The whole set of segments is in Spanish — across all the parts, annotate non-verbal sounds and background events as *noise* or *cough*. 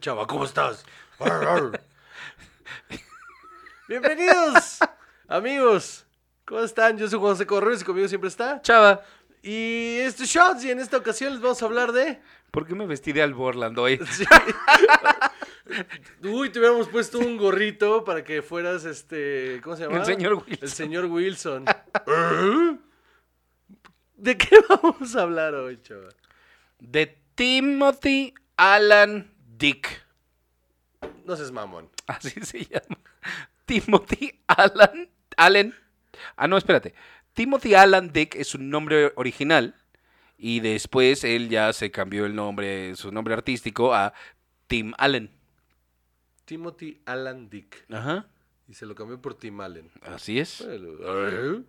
chava, ¿cómo estás? Bienvenidos, amigos. ¿Cómo están? Yo soy Juan José Correos y conmigo siempre está. Chava, Y este es Shots y en esta ocasión les vamos a hablar de... ¿por qué me vestí de *laughs* Alborland hoy? Sí. Uy, te hubiéramos puesto un gorrito para que fueras este... ¿Cómo se llama? El señor Wilson. El señor Wilson. ¿Eh? ¿De qué vamos a hablar hoy, chaval? De Timothy Alan Dick. No seas mamón. Así *laughs* se llama. Timothy Alan. Allen. Ah, no, espérate. Timothy Alan Dick es su nombre original. Y después él ya se cambió el nombre, su nombre artístico, a Tim Allen. Timothy Alan Dick. Ajá. Y se lo cambió por Tim Allen. Así es. Bueno, ¿eh?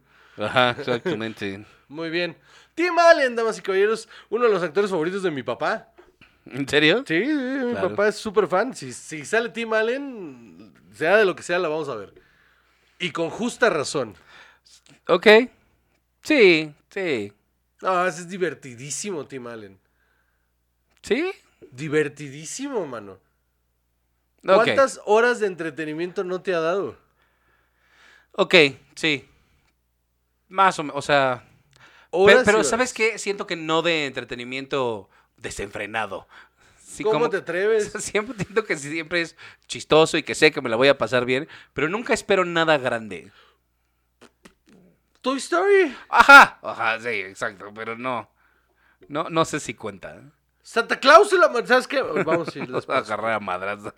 Ajá, *laughs* exactamente. Muy bien. Tim Allen, damas y caballeros, uno de los actores favoritos de mi papá. ¿En serio? Sí, sí, mi Claro. papá es súper fan. Si, si sale Tim Allen, sea de lo que sea, la vamos a ver. Y con justa razón. Ok. Sí, sí. No, ese es divertidísimo, Tim Allen. ¿Sí? Divertidísimo, mano. Ok. ¿Cuántas horas de entretenimiento no te ha dado? Ok, sí. Más o menos, o sea... pe- Horas y pero horas. ¿sabes qué? Siento que no de entretenimiento desenfrenado. Sí, ¿Cómo *laughs* como- te atreves? Siempre siento que siempre es chistoso y que sé que me la voy a pasar bien, pero nunca espero nada grande. Toy Story, Ajá, ajá, sí, exacto, pero no. No, no sé si cuenta. ¿eh? Santa Claus y la... ma- ¿Sabes qué? Vamos *laughs* a ir Los voy a agarrar a madrazo.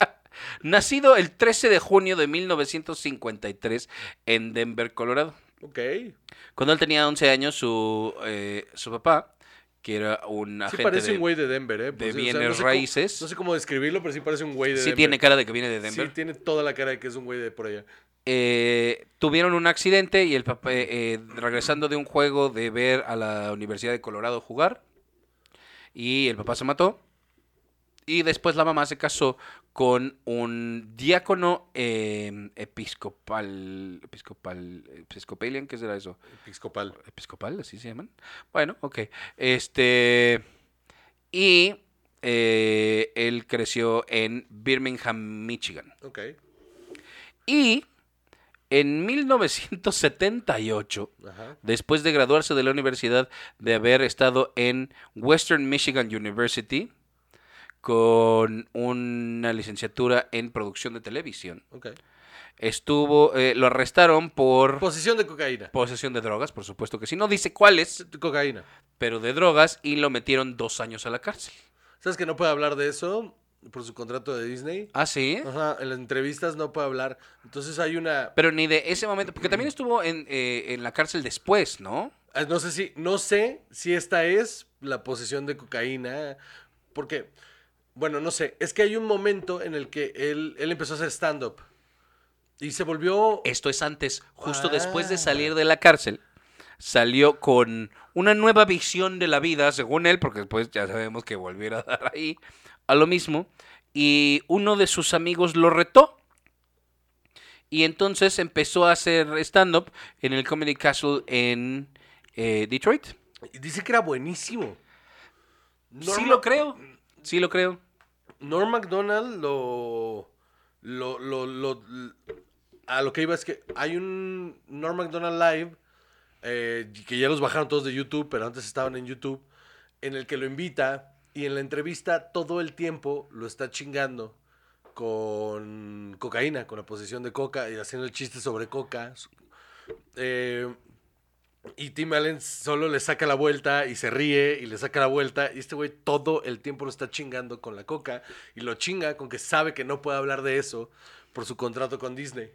*laughs* Nacido el 13 de junio de 1953 en Denver, Colorado. Ok. Sí Cuando él tenía 11 años, su, eh, su papá, que era un agente parece de... un güey de Denver, ¿eh? de sí, bienes no sé cómo- raíces. no sé cómo describirlo, pero sí parece un güey de sí Denver. tiene cara de que viene de Denver. Sí, tiene toda la cara de que es un güey de por allá. Eh, tuvieron un accidente y el papá, eh, eh, regresando de un juego de ver a la Universidad de Colorado jugar, y el papá se mató. Y después la mamá se casó con un diácono eh, episcopal, episcopal, episcopalian, ¿qué será eso? Episcopal. episcopal, así se llaman. Bueno, ok. Este. Y eh, él creció en Birmingham, Michigan. Ok. Y en 1978, Ajá. después de graduarse de la universidad, de haber estado en Western Michigan University con una licenciatura en producción de televisión, Ok. estuvo, eh, lo arrestaron por Posición de cocaína. posesión de drogas, por supuesto que sí. No dice cuáles, Cocaína. pero de drogas y lo metieron dos años a la cárcel. ¿Sabes que no puede hablar de eso por su contrato de Disney? Ah, sí. Ajá, en las entrevistas no puede hablar. Entonces hay una... Pero ni de ese momento, porque también estuvo en, eh, en la cárcel después, ¿no? Ah, No sé si, no sé si esta es la posesión de cocaína, porque, bueno, no sé, es que hay un momento en el que él, él empezó a hacer stand-up y se volvió... Esto es antes, justo Ah. después de salir de la cárcel, salió con una nueva visión de la vida, según él, porque después ya sabemos que volviera a dar ahí a lo mismo, y uno de sus amigos lo retó. Y entonces empezó a hacer stand-up en el Comedy Castle en eh, Detroit. y Dice que era buenísimo. Sí Norma- lo creo. Sí lo creo. Norm MacDonald lo, lo, lo, lo- l- A lo que iba es que hay un Norm MacDonald Live eh, que ya los bajaron todos de YouTube, pero antes estaban en YouTube, en el que lo invita y en la entrevista todo el tiempo lo está chingando con cocaína, con la posesión de coca y haciendo el chiste sobre coca. Eh, y Tim Allen solo le saca la vuelta y se ríe y le saca la vuelta. Y este güey todo el tiempo lo está chingando con la coca y lo chinga con que sabe que no puede hablar de eso por su contrato con Disney.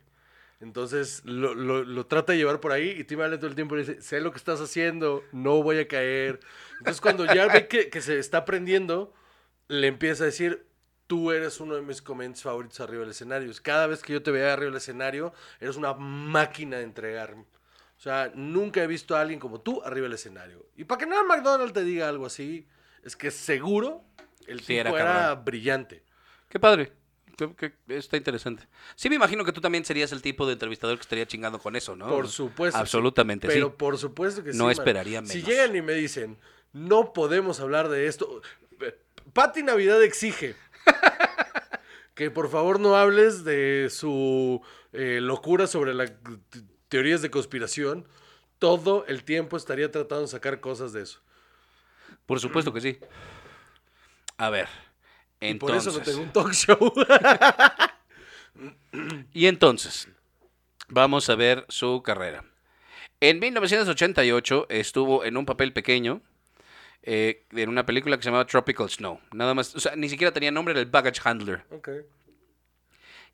Entonces lo, lo- lo trata de llevar por ahí y Tim Allen todo el tiempo le dice, sé lo que estás haciendo, no voy a caer. Entonces cuando ya ve que, que se está prendiendo, le empieza a decir, tú eres uno de mis comediantes favoritos arriba del escenario. Cada vez que yo te vea arriba del escenario, eres una máquina de entregarme. O sea, nunca he visto a alguien como tú arriba del escenario. Y para que nada McDonald te diga algo así, es que seguro el Sí, era tipo era, cabrón. brillante. Qué padre. Qué- qué- está interesante. Sí, me imagino que tú también serías el tipo de entrevistador que estaría chingando con eso, ¿no? Por supuesto. Absolutamente, Pero sí. por supuesto que sí. No mano. esperaría Si menos. llegan y me dicen, no podemos hablar de esto. Pati Navidad exige. que por favor no hables de su eh, locura sobre las teorías de conspiración. Todo el tiempo estaría tratando de sacar cosas de eso. Por supuesto que sí. A ver. Y por eso Entonces. no tengo un talk show. *laughs* Y entonces, vamos a ver su carrera. En 1988 estuvo en un papel pequeño eh, en una película que se llamaba Tropical Snow. Nada más, o sea, ni siquiera tenía nombre, era el Baggage Handler. Ok.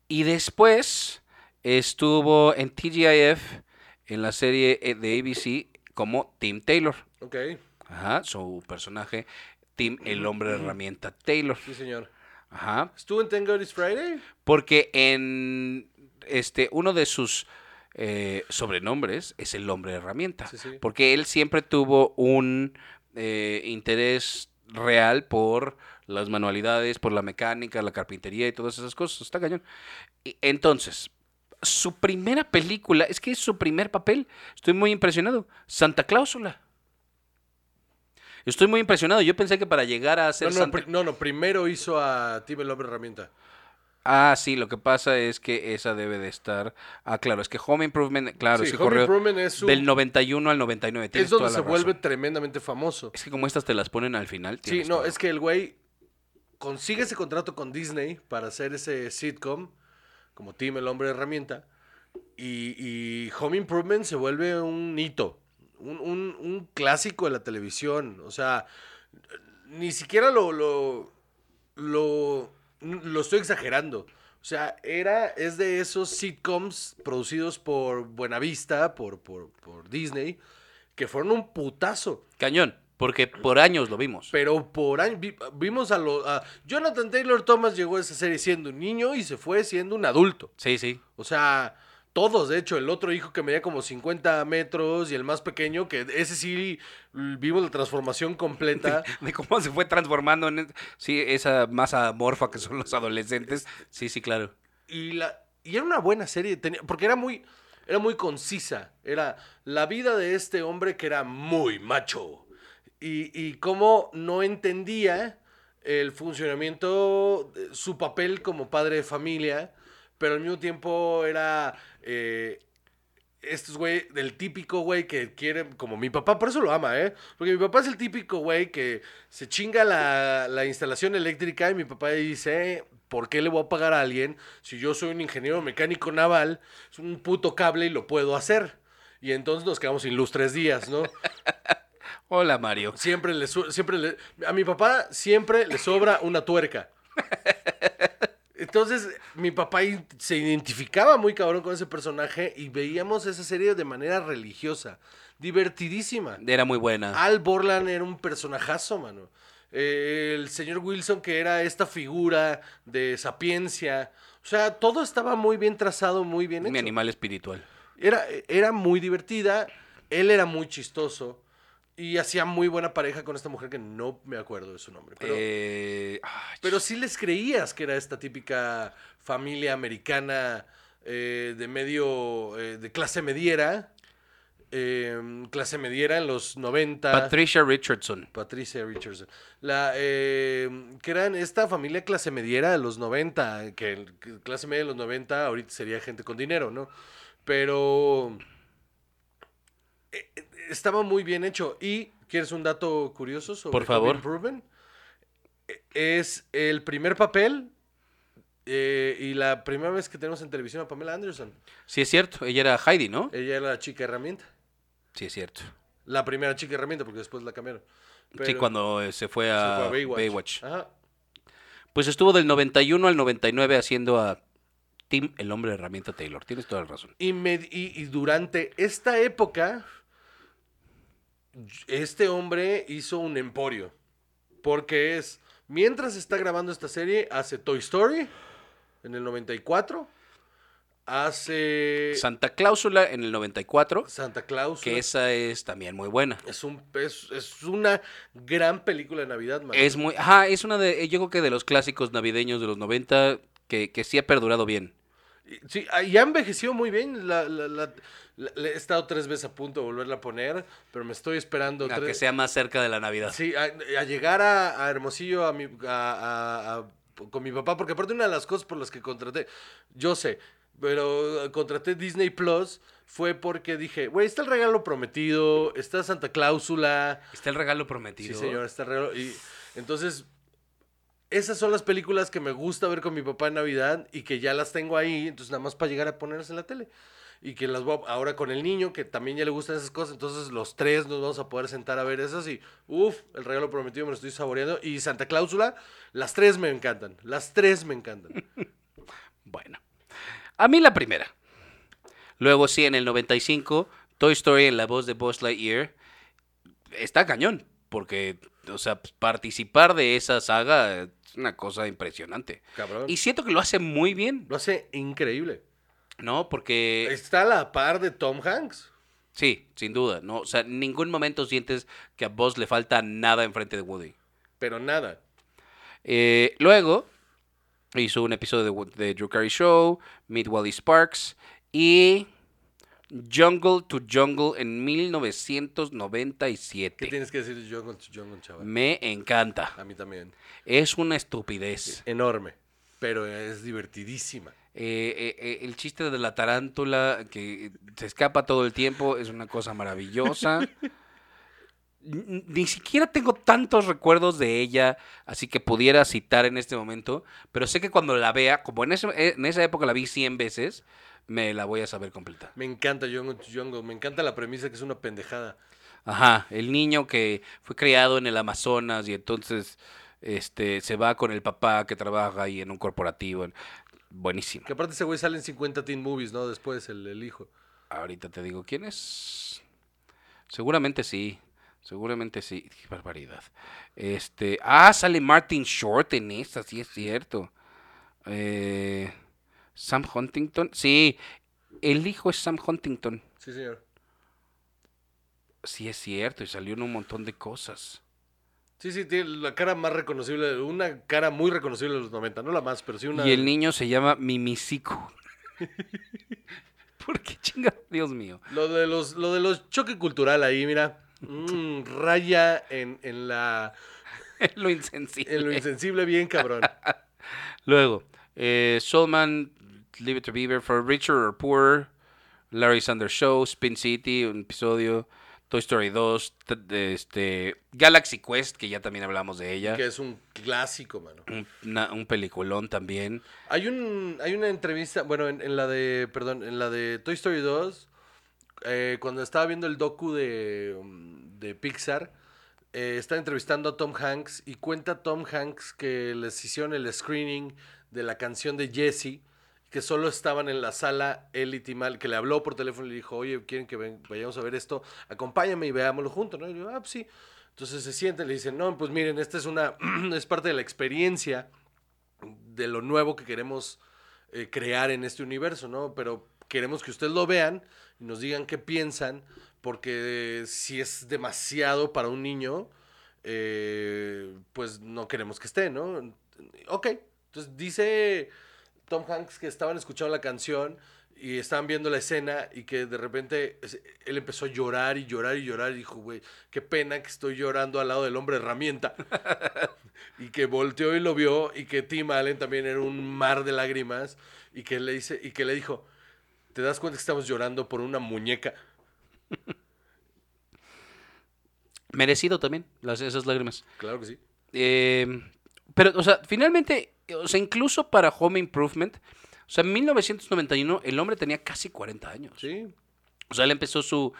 Y después estuvo en TGIF, en la serie eh, de ABC, como Tim Taylor. Ok. Ajá, su personaje, Tim el hombre herramienta Taylor. Sí, señor. Ajá, ¿Estuvo en Ten God Is Friday? Porque en este uno de sus eh, sobrenombres es el hombre herramienta. Sí, sí. Porque él siempre tuvo un eh, interés real por las manualidades, por la mecánica, la carpintería y todas esas cosas. Está cañón. Y entonces, su primera película, es que es su primer papel. Estoy muy impresionado. Santa Cláusula. Estoy muy impresionado. Yo pensé que para llegar a ser No no, Santa pri- no, no, primero hizo a Tim el Hombre Herramienta. Ah, sí, lo que pasa es que esa debe de estar. Ah, claro, es que Home Improvement, claro, Sí, sí Home corrió Improvement es su- del 91 al 99. Tienes Es donde toda la se vuelve razón. tremendamente famoso. Es que como estas te las ponen al final. Sí, tienes no, toda- es que el güey consigue ese contrato con Disney para hacer ese sitcom, como Tim el Hombre Herramienta, y, y Home Improvement se vuelve un hito, un, un- un clásico de la televisión. O sea, ni siquiera lo, lo, lo, lo estoy exagerando. O sea, era, es de esos sitcoms producidos por Buenavista, por, por, por Disney, que fueron un putazo. Cañón, porque por años lo vimos. Pero por año, vi- vimos a los... A Jonathan Taylor Thomas llegó a esa serie siendo un niño y se fue siendo un adulto. Sí, sí. *laughs* O sea, todos, de hecho, el otro hijo que medía como 50 metros y el más pequeño, que ese sí l- vimos la transformación completa. De cómo se fue transformando en. es- Sí, esa masa morfa que son los adolescentes. Sí, sí, claro. Y, la, y era una buena serie, tenía- porque era muy, era muy concisa. Era la vida de este hombre que era muy macho. Y, y cómo no entendía el funcionamiento, eh, su papel como padre de familia, pero al mismo tiempo era... eh, estos güey, del típico güey que quiere, como mi papá, por eso lo ama, ¿eh? Porque mi papá es el típico güey que se chinga la, la instalación eléctrica y mi papá dice, ¿por qué le voy a pagar a alguien si yo soy un ingeniero mecánico naval? Es un puto cable y lo puedo hacer. Y entonces nos quedamos sin luz tres días, ¿no? Hola, Mario. Siempre le, su- siempre le- a mi papá siempre le sobra una tuerca. Entonces, mi papá in- se identificaba muy cabrón con ese personaje y veíamos esa serie de manera religiosa, divertidísima. Era muy buena. Al Borland era un personajazo, mano. Eh, el señor Wilson, que era esta figura de sapiencia. O sea, todo estaba muy bien trazado, muy bien Mi hecho. animal espiritual. Era, era muy divertida, él era muy chistoso y hacía muy buena pareja con esta mujer que no me acuerdo de su nombre. Pero, Eh, ay, pero sí les creías que era esta típica familia americana eh, de medio, eh, de clase mediera, eh, clase mediera en los 90. Patricia Richardson. Patricia Richardson. La, eh, que eran esta familia clase mediera de los 90, que el- que clase media de los 90 ahorita sería gente con dinero, ¿no? Pero eh, eh, estaba muy bien hecho. ¿Y quieres un dato curioso sobre Por favor. Home Improvement? Eh, Es el primer papel eh, y la primera vez que tenemos en televisión a Pamela Anderson. Sí, es cierto. Ella era Heidi, ¿no? Ella era la chica herramienta. Sí, es cierto. La primera chica herramienta, porque después la cambiaron. sí, Pero cuando eh, se fue se a, fue a Ah. Baywatch. Ajá. Pues estuvo del 91 al 99 haciendo a Tim el hombre herramienta Taylor. Tienes toda la razón. Y, me- y- y durante esta época, este hombre hizo un emporio. Porque es, mientras está grabando esta serie, hace Toy Story en el 94, hace Santa Cláusula en el 94, Santa Claus. que esa es también muy buena. es, un, es, es una gran película de Navidad, man. Es muy, ajá, es una de, yo creo que de los clásicos navideños de los 90 que, que sí ha perdurado bien. Y- Sí, ah, y ha envejecido muy bien. La, la- la- la- la- he estado tres veces a punto de volverla a poner, pero me estoy esperando. A tres- que sea más cerca de la Navidad. Sí, a, a llegar a, a Hermosillo, a, mi- a- a- a con mi papá, porque aparte una de las cosas por las que contraté, yo sé, pero eh, contraté Disney Plus fue porque dije, güey, está el regalo prometido, está Santa Cláusula. Está el regalo prometido. Sí, señor, está el regalo. Y entonces, esas son las películas que me gusta ver con mi papá en Navidad y que ya las tengo ahí, entonces nada más para llegar a ponerlas en la tele. Y que las voy a- ahora con el niño, que también ya le gustan esas cosas, entonces los tres nos vamos a poder sentar a ver esas y, uff, el regalo prometido me lo estoy saboreando. Y Santa Cláusula, las tres me encantan, las tres me encantan. Bueno. A mí la primera. Luego sí, en el 95, Toy Story en la voz de Buzz Lightyear está cañón, porque, o sea, pues, participar de esa saga es una cosa impresionante. Cabrón. Y siento que lo hace muy bien, Lo hace increíble. ¿no? Porque, Está a la par de Tom Hanks. sí, sin duda, ¿no? O sea, en ningún momento sientes que a Buzz le falta nada enfrente de Woody. Pero nada. Eh, luego hizo un episodio de, de Drew Carey Show, Meet Wally Sparks y Jungle to Jungle en ¿Qué 1997. tienes que decir de John con John con chaval? Me encanta. A mí también. Es una estupidez. Enorme. Pero es divertidísima. Eh, eh, eh, el chiste de la tarántula que se escapa todo el tiempo es una cosa maravillosa. N- Ni siquiera tengo tantos recuerdos de ella, así que pudiera citar en este momento, pero sé que cuando la vea, como en, ese- en esa época la vi 100 veces, me la voy a saber completa. Me encanta Jungle to Jungle, me encanta la premisa que es una pendejada. Ajá, el niño que fue criado en el Amazonas y entonces este, se va con el papá que trabaja ahí en un corporativo. Buenísimo. Que aparte ese güey sale en 50 teen movies, ¿no? Después el, el hijo. Ahorita te digo quién es. Seguramente sí. Seguramente sí. Qué barbaridad. Este. Ah, sale Martin Short en esta, sí es cierto. Eh, Sam Huntington. Sí. El hijo es Sam Huntington. Sí, señor. Sí es cierto. Y salió en un montón de cosas. Sí, sí, tiene la cara más reconocible, una cara muy reconocible de los 90, no la más, pero sí una... Y el niño se llama Mimisico. *laughs* ¿Por qué chinga? Dios mío. *laughs* Lo de los, lo de los choque cultural ahí, mira. Mm, raya en, en la... Lo insensible. *laughs* En lo insensible bien cabrón. Luego, eh, Solman, Leave It to Beaver, For Richer or Poorer, Larry Sanders Show, Spin City, un episodio, Toy Story 2, t- de este, Galaxy Quest, que ya también hablamos de ella, Que es un clásico, mano. un, una- un peliculón también. Hay un hay una entrevista, bueno, en, en la de, perdón, en la de Toy Story 2, eh, cuando estaba viendo el docu de, mm, de Pixar, eh, está entrevistando a Tom Hanks y cuenta Tom Hanks que les hicieron el screening de la canción de Jesse, que solo estaban en la sala él y Timal, que le habló por teléfono y le dijo, oye, ¿quieren que ven- vayamos a ver esto? Acompáñame y veámoslo juntos, ¿no? Y yo, ah, pues sí. Entonces se sienten, le dicen, no, pues miren, esta es una, *clears throat* es parte de la experiencia de lo nuevo que queremos eh, crear en este universo, ¿no? Pero queremos que ustedes lo vean y nos digan qué piensan, porque si es demasiado para un niño, eh, pues no queremos que esté, ¿no? Ok, entonces dice Tom Hanks que estaban escuchando la canción y estaban viendo la escena y que de repente es- él empezó a llorar y llorar y llorar y dijo, güey, qué pena que estoy llorando al lado del hombre herramienta. Y que volteó y lo vio y que Tim Allen también era un mar de lágrimas y que le dice y que le dijo, "¿Te das cuenta que estamos llorando por una muñeca?" Merecido también, las, esas lágrimas. Claro que sí. Eh, pero, o sea, finalmente, o sea, incluso para Home Improvement, o sea, en 1991 el hombre tenía casi 40 años. Sí. O sea, él empezó su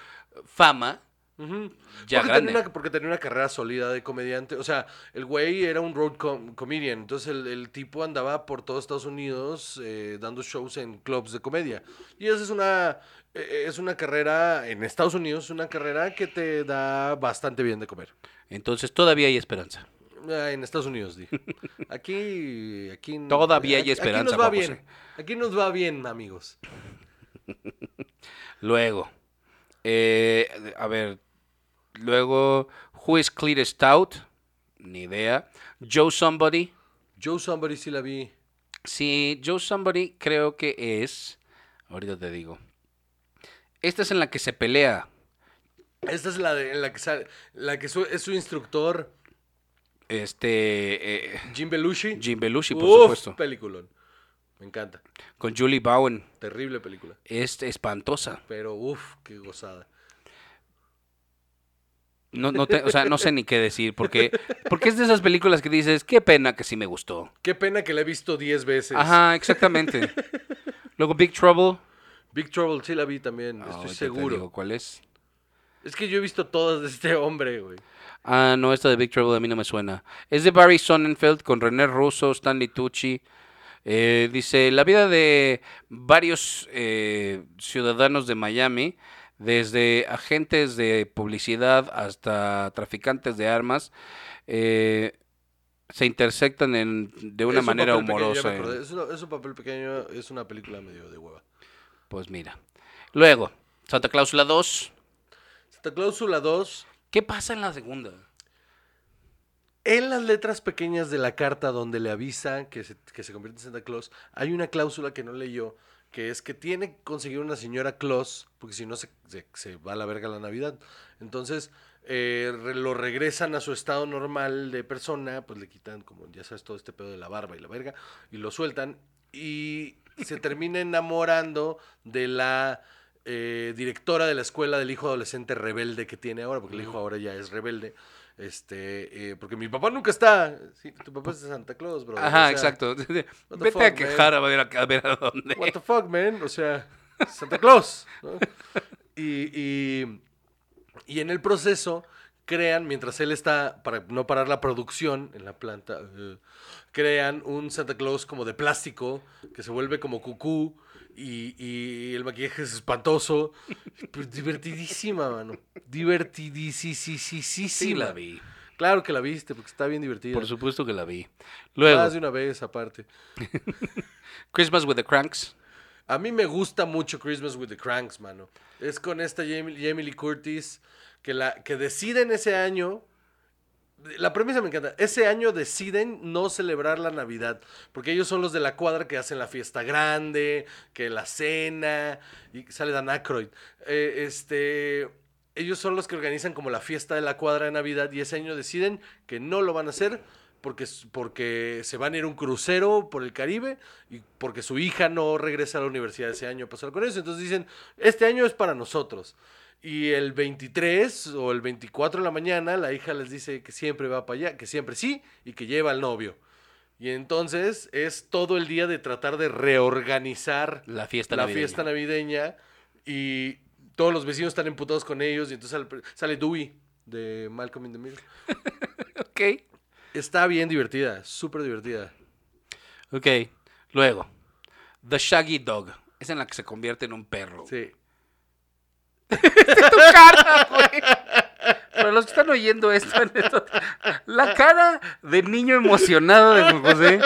fama Ujú. ya porque, grande. tenía una, porque tenía una carrera sólida de comediante. O sea, el güey era un road com- comedian. Entonces el, el tipo andaba por todo Estados Unidos eh, dando shows en clubs de comedia. Y esa es una, eh, es una carrera, en Estados Unidos, una carrera que te da bastante bien de comer. Entonces todavía hay esperanza. Ah, en Estados Unidos, dije. Aquí, aquí... Todavía hay aquí- esperanza, Aquí ¿eh? nos va Juan José. bien. Aquí nos va bien, amigos. Luego, eh, a ver, luego, Who is Clear Stout? Ni idea. Joe Somebody. Joe Somebody sí la vi. Sí, Joe Somebody creo que es. Ahorita te digo. Esta es en la que se pelea. Esta es la de en la que sale, la que su- es su instructor. Este. eh, Jim Belushi. Jim Belushi, por Uf, supuesto. peliculón. Me encanta. Con Julie Bowen. Terrible película. Es espantosa. Pero uff, qué gozada. No, no te- o sea, no sé ni qué decir. Porque, porque es de esas películas que dices, qué pena que sí me gustó. Qué pena que la he visto 10 veces. Ajá, exactamente. Luego Big Trouble. Big Trouble sí la vi también, Ah, estoy ahorita te seguro. digo ¿Cuál es? Es que yo he visto todas de este hombre, güey. Ah, no, esta de Big Trouble a mí no me suena. Es de Barry Sonnenfeld con René Russo, Stanley Tucci. Eh, dice, la vida de varios eh, ciudadanos de Miami, desde agentes de publicidad hasta traficantes de armas, eh, se intersectan en- de una Es un manera papel pequeño, ya humorosa. eh. me acordé. Es, una- es un papel pequeño, es una película medio de hueva. Pues mira. Luego, Santa Cláusula 2. Santa Cláusula 2. ¿Qué pasa en la segunda? En las letras pequeñas de la carta donde le avisa que se, que se convierte en Santa Claus, hay una cláusula que no leyó, que es que tiene que conseguir una señora Claus, porque si no se, se- se va a la verga la Navidad. Entonces, eh, re- lo regresan a su estado normal de persona, pues le quitan, como ya sabes, todo este pedo de la barba y la verga, y lo sueltan, y se termina enamorando de la eh, directora de la escuela del hijo adolescente rebelde que tiene ahora, porque el hijo ahora ya es rebelde. Este, eh, porque mi papá nunca está. Sí, tu papá es de Santa Claus, bro. Ajá, o sea, exacto. *laughs* Vete fuck, a man? quejar a ver a, a ver a dónde. What the fuck, man? O sea, Santa Claus. ¿no? Y, y, y en el proceso crean, mientras él está, para no parar la producción en la planta, eh, crean un Santa Claus como de plástico, que se vuelve como cucú, y, y el maquillaje es espantoso. Pero divertidísima, mano. Divertidísima. Sí, la vi. Claro que la viste, porque está bien divertida. Por supuesto que la vi. Más de Luego, una vez, aparte. Christmas with the Cranks. A mí me gusta mucho Christmas with the Cranks, mano. Es con esta Jamie, Jamie Lee Curtis que, la, que deciden ese año. La premisa me encanta. Ese año deciden no celebrar la Navidad. Porque ellos son los de la cuadra que hacen la fiesta grande, que la cena. Y sale Dan Aykroyd. Eh, este. Ellos son los que organizan como la fiesta de la cuadra de Navidad. Y ese año deciden que no lo van a hacer. Porque, porque se van a ir a un crucero por el Caribe y porque su hija no regresa a la universidad ese año a pasar con eso. Entonces dicen, este año es para nosotros. Y el 23 o el 24 de la mañana, la hija les dice que siempre va para allá, que siempre sí, y que lleva al novio. Y entonces es todo el día de tratar de reorganizar La fiesta la navideña. fiesta navideña. Y todos los vecinos están emputados con ellos. Y entonces sale, sale Dewey de Malcolm in the Middle. Ok. Está bien divertida, súper divertida. Ok. Luego, The Shaggy Dog. Es en la que se convierte en un perro. Sí. ¡Tu *laughs* cara, güey! Para los que están oyendo esto, en esto- la cara de niño emocionado de Juan José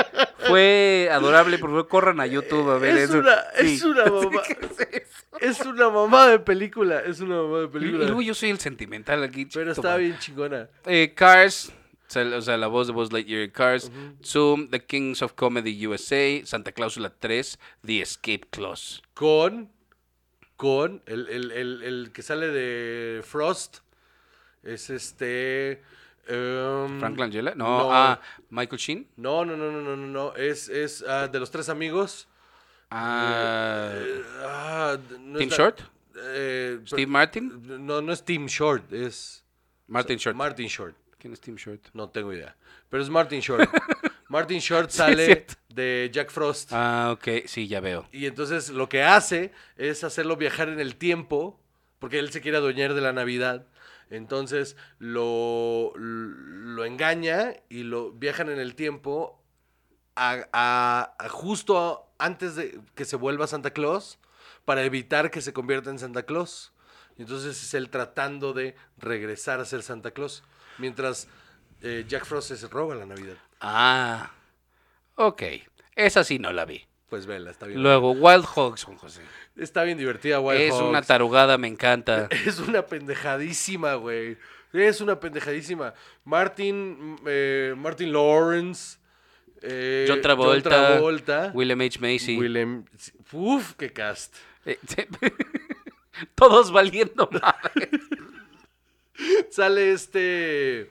fue adorable. Por favor, corran a YouTube a ver Es eso. una- es una *laughs* Sí, mamá- ¿qué es eso? Es una mamá de película, es una mamá de Y luego película. yo soy el sentimental aquí. Pero chiquito, está man. bien chingona. Eh, Cars, o sea, o sea, la voz de Buzz Lightyear, Cars, Zoom, The Kings of Comedy USA, Santa Cláusula 3, The Escape Clause. Con. Con. El, el- el- el que sale de Frost. Es este. em, ¿Frank Langella? No, no. ah, Michael Sheen. No, no, no, no, no, no, no. Es, es ah, de los tres amigos. Ah, Eh, ah, d- no es Tim la- Short, eh, per- Steve Martin. No, no es Tim Short, es. Martin Short. Martin Short. ¿Quién es Tim Short? No tengo idea. Pero es Martin *laughs* Short. Martin Short Sí, es sale cierto. de Jack Frost. Ah, ok, sí, ya veo. Y entonces lo que hace es hacerlo viajar en el tiempo, porque él se quiere adueñar de la Navidad. Entonces lo, lo engaña y lo viajan en el tiempo a, a- a justo a- antes de que se vuelva Santa Claus para evitar que se convierta en Santa Claus. Y entonces es él tratando de regresar a ser Santa Claus, mientras eh, Jack Frost se roba la Navidad. Ah, ok. Esa sí no la vi. Pues vela, está bien. Luego, Wild Hogs, Juan José. Está bien divertida, Wild es una Hogs. tarugada, *laughs* me encanta. Es una pendejadísima, güey. Es una pendejadísima. Martin, eh, Martin Lawrence. eh, John Travolta, Travolta, William H. Macy. Willem- Uf, qué cast. Eh, *laughs* sí. Todos valiendo madre. Sale este...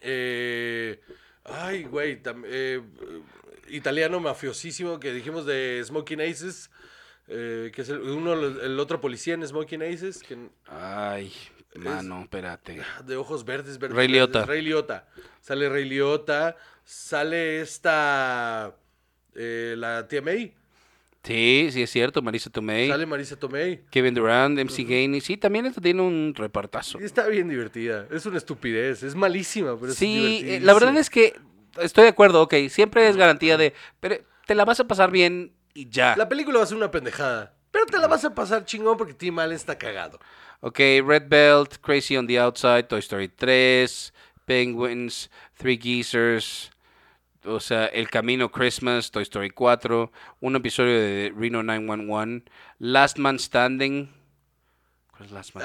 eh, ay, güey, tam- eh, italiano mafiosísimo que dijimos de Smoking Aces, eh, que es el, uno, el otro policía en Smoking Aces, que, Ay, mano, espérate. de ojos verdes, verdes. Ray verdes. Liotta. Ray Liotta. Sale Ray Liotta, sale esta, eh, la tía May, Sí, sí es cierto, Marisa Tomei, sale Marisa Tomei. Kevin Durant, MC Gainey. Sí, también esto tiene un repartazo. Y Está bien divertida, es una estupidez, es malísima, pero es Sí, eh, la verdad divertidísima. es que estoy de acuerdo, ok, siempre es garantía de, pero te la vas a pasar bien y ya. La película va a ser una pendejada. Pero te la vas a pasar chingón porque Tim Allen está cagado. Ok, Red Belt, Crazy on the Outside, Toy Story 3, Penguins, Three Geezers, o sea, El Camino Christmas, Toy Story 4, un episodio de Reno 911, Last Man Standing. ¿Cuál es Last Man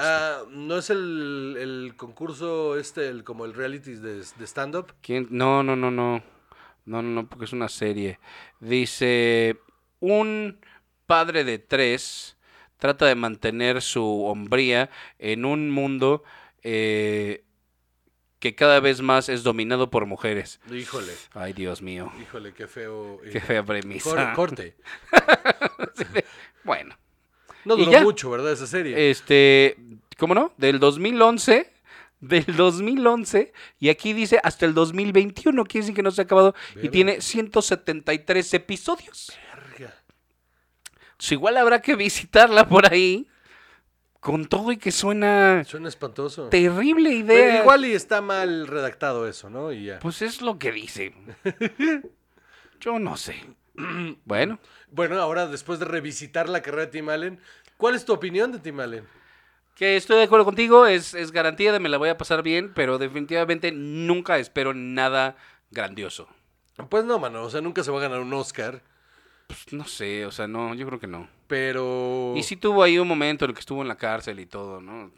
Ah, Standing? ¿No es el, el concurso este, el- como el reality de, de stand-up? ¿Quién? No, no, no, no. No, no, no, porque es una serie. Dice, un padre de tres trata de mantener su hombría en un mundo eh, que cada vez más es dominado por mujeres. Híjole, Ay, Dios mío. híjole, qué feo. eh, Qué fea premisa. Cor- corte. Bueno, No Y duró ya. mucho, ¿verdad? Esa serie. este, ¿cómo no? Del 2011, del 2011, y aquí dice hasta el 2021, quiere decir que no se ha acabado, y Verga. tiene 173 episodios. Verga. Pues igual habrá que visitarla por ahí. Con todo y que suena Suena espantoso. terrible Pero idea. igual y está mal redactado eso, ¿no? Y ya. Pues es lo *laughs* que dice. Yo no sé. Bueno, Bueno, ahora después de revisitar la carrera de Tim Allen, ¿cuál es tu opinión de Tim Allen? que estoy de acuerdo contigo, es, es garantía de me la voy a pasar bien, pero definitivamente nunca espero nada grandioso. Pues no, mano, o sea, nunca se va a ganar un Oscar, Pues no sé, o sea, no, yo creo que no. pero... Y sí tuvo ahí un momento en el que estuvo en la cárcel y todo, ¿no?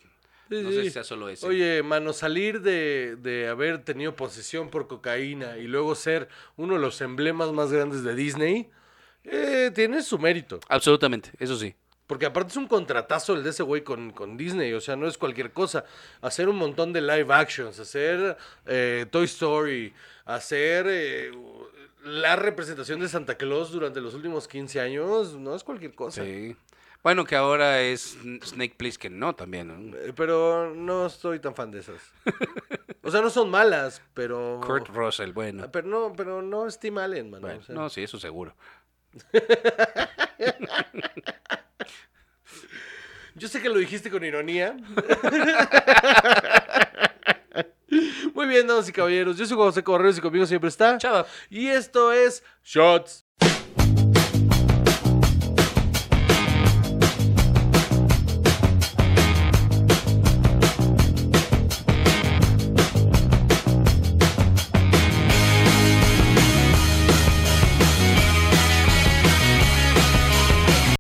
Sí, No sé sí. si sea solo ese. Oye, mano, salir de, de haber tenido posesión por cocaína y luego ser uno de los emblemas más grandes de Disney, eh, tiene su mérito. Absolutamente, eso sí. Porque aparte es un contratazo el de ese güey con, con Disney, o sea, no es cualquier cosa. Hacer un montón de live actions, hacer eh, Toy Story, hacer eh, la representación de Santa Claus durante los últimos 15 años, no es cualquier cosa. Sí. Bueno, que ahora es Snake Plissken, ¿no? También, ¿no? Eh, Pero no estoy tan fan de esas. O sea, no son malas, pero... Kurt Russell, bueno. Ah, Pero no, pero no es Tim Allen, mano. Bueno, o sea. no, sí, eso seguro. Yo sé que lo dijiste con *laughs* ironía. Muy bien, damas y caballeros. Yo soy José Correos y conmigo siempre está. Chava. Y esto es Shots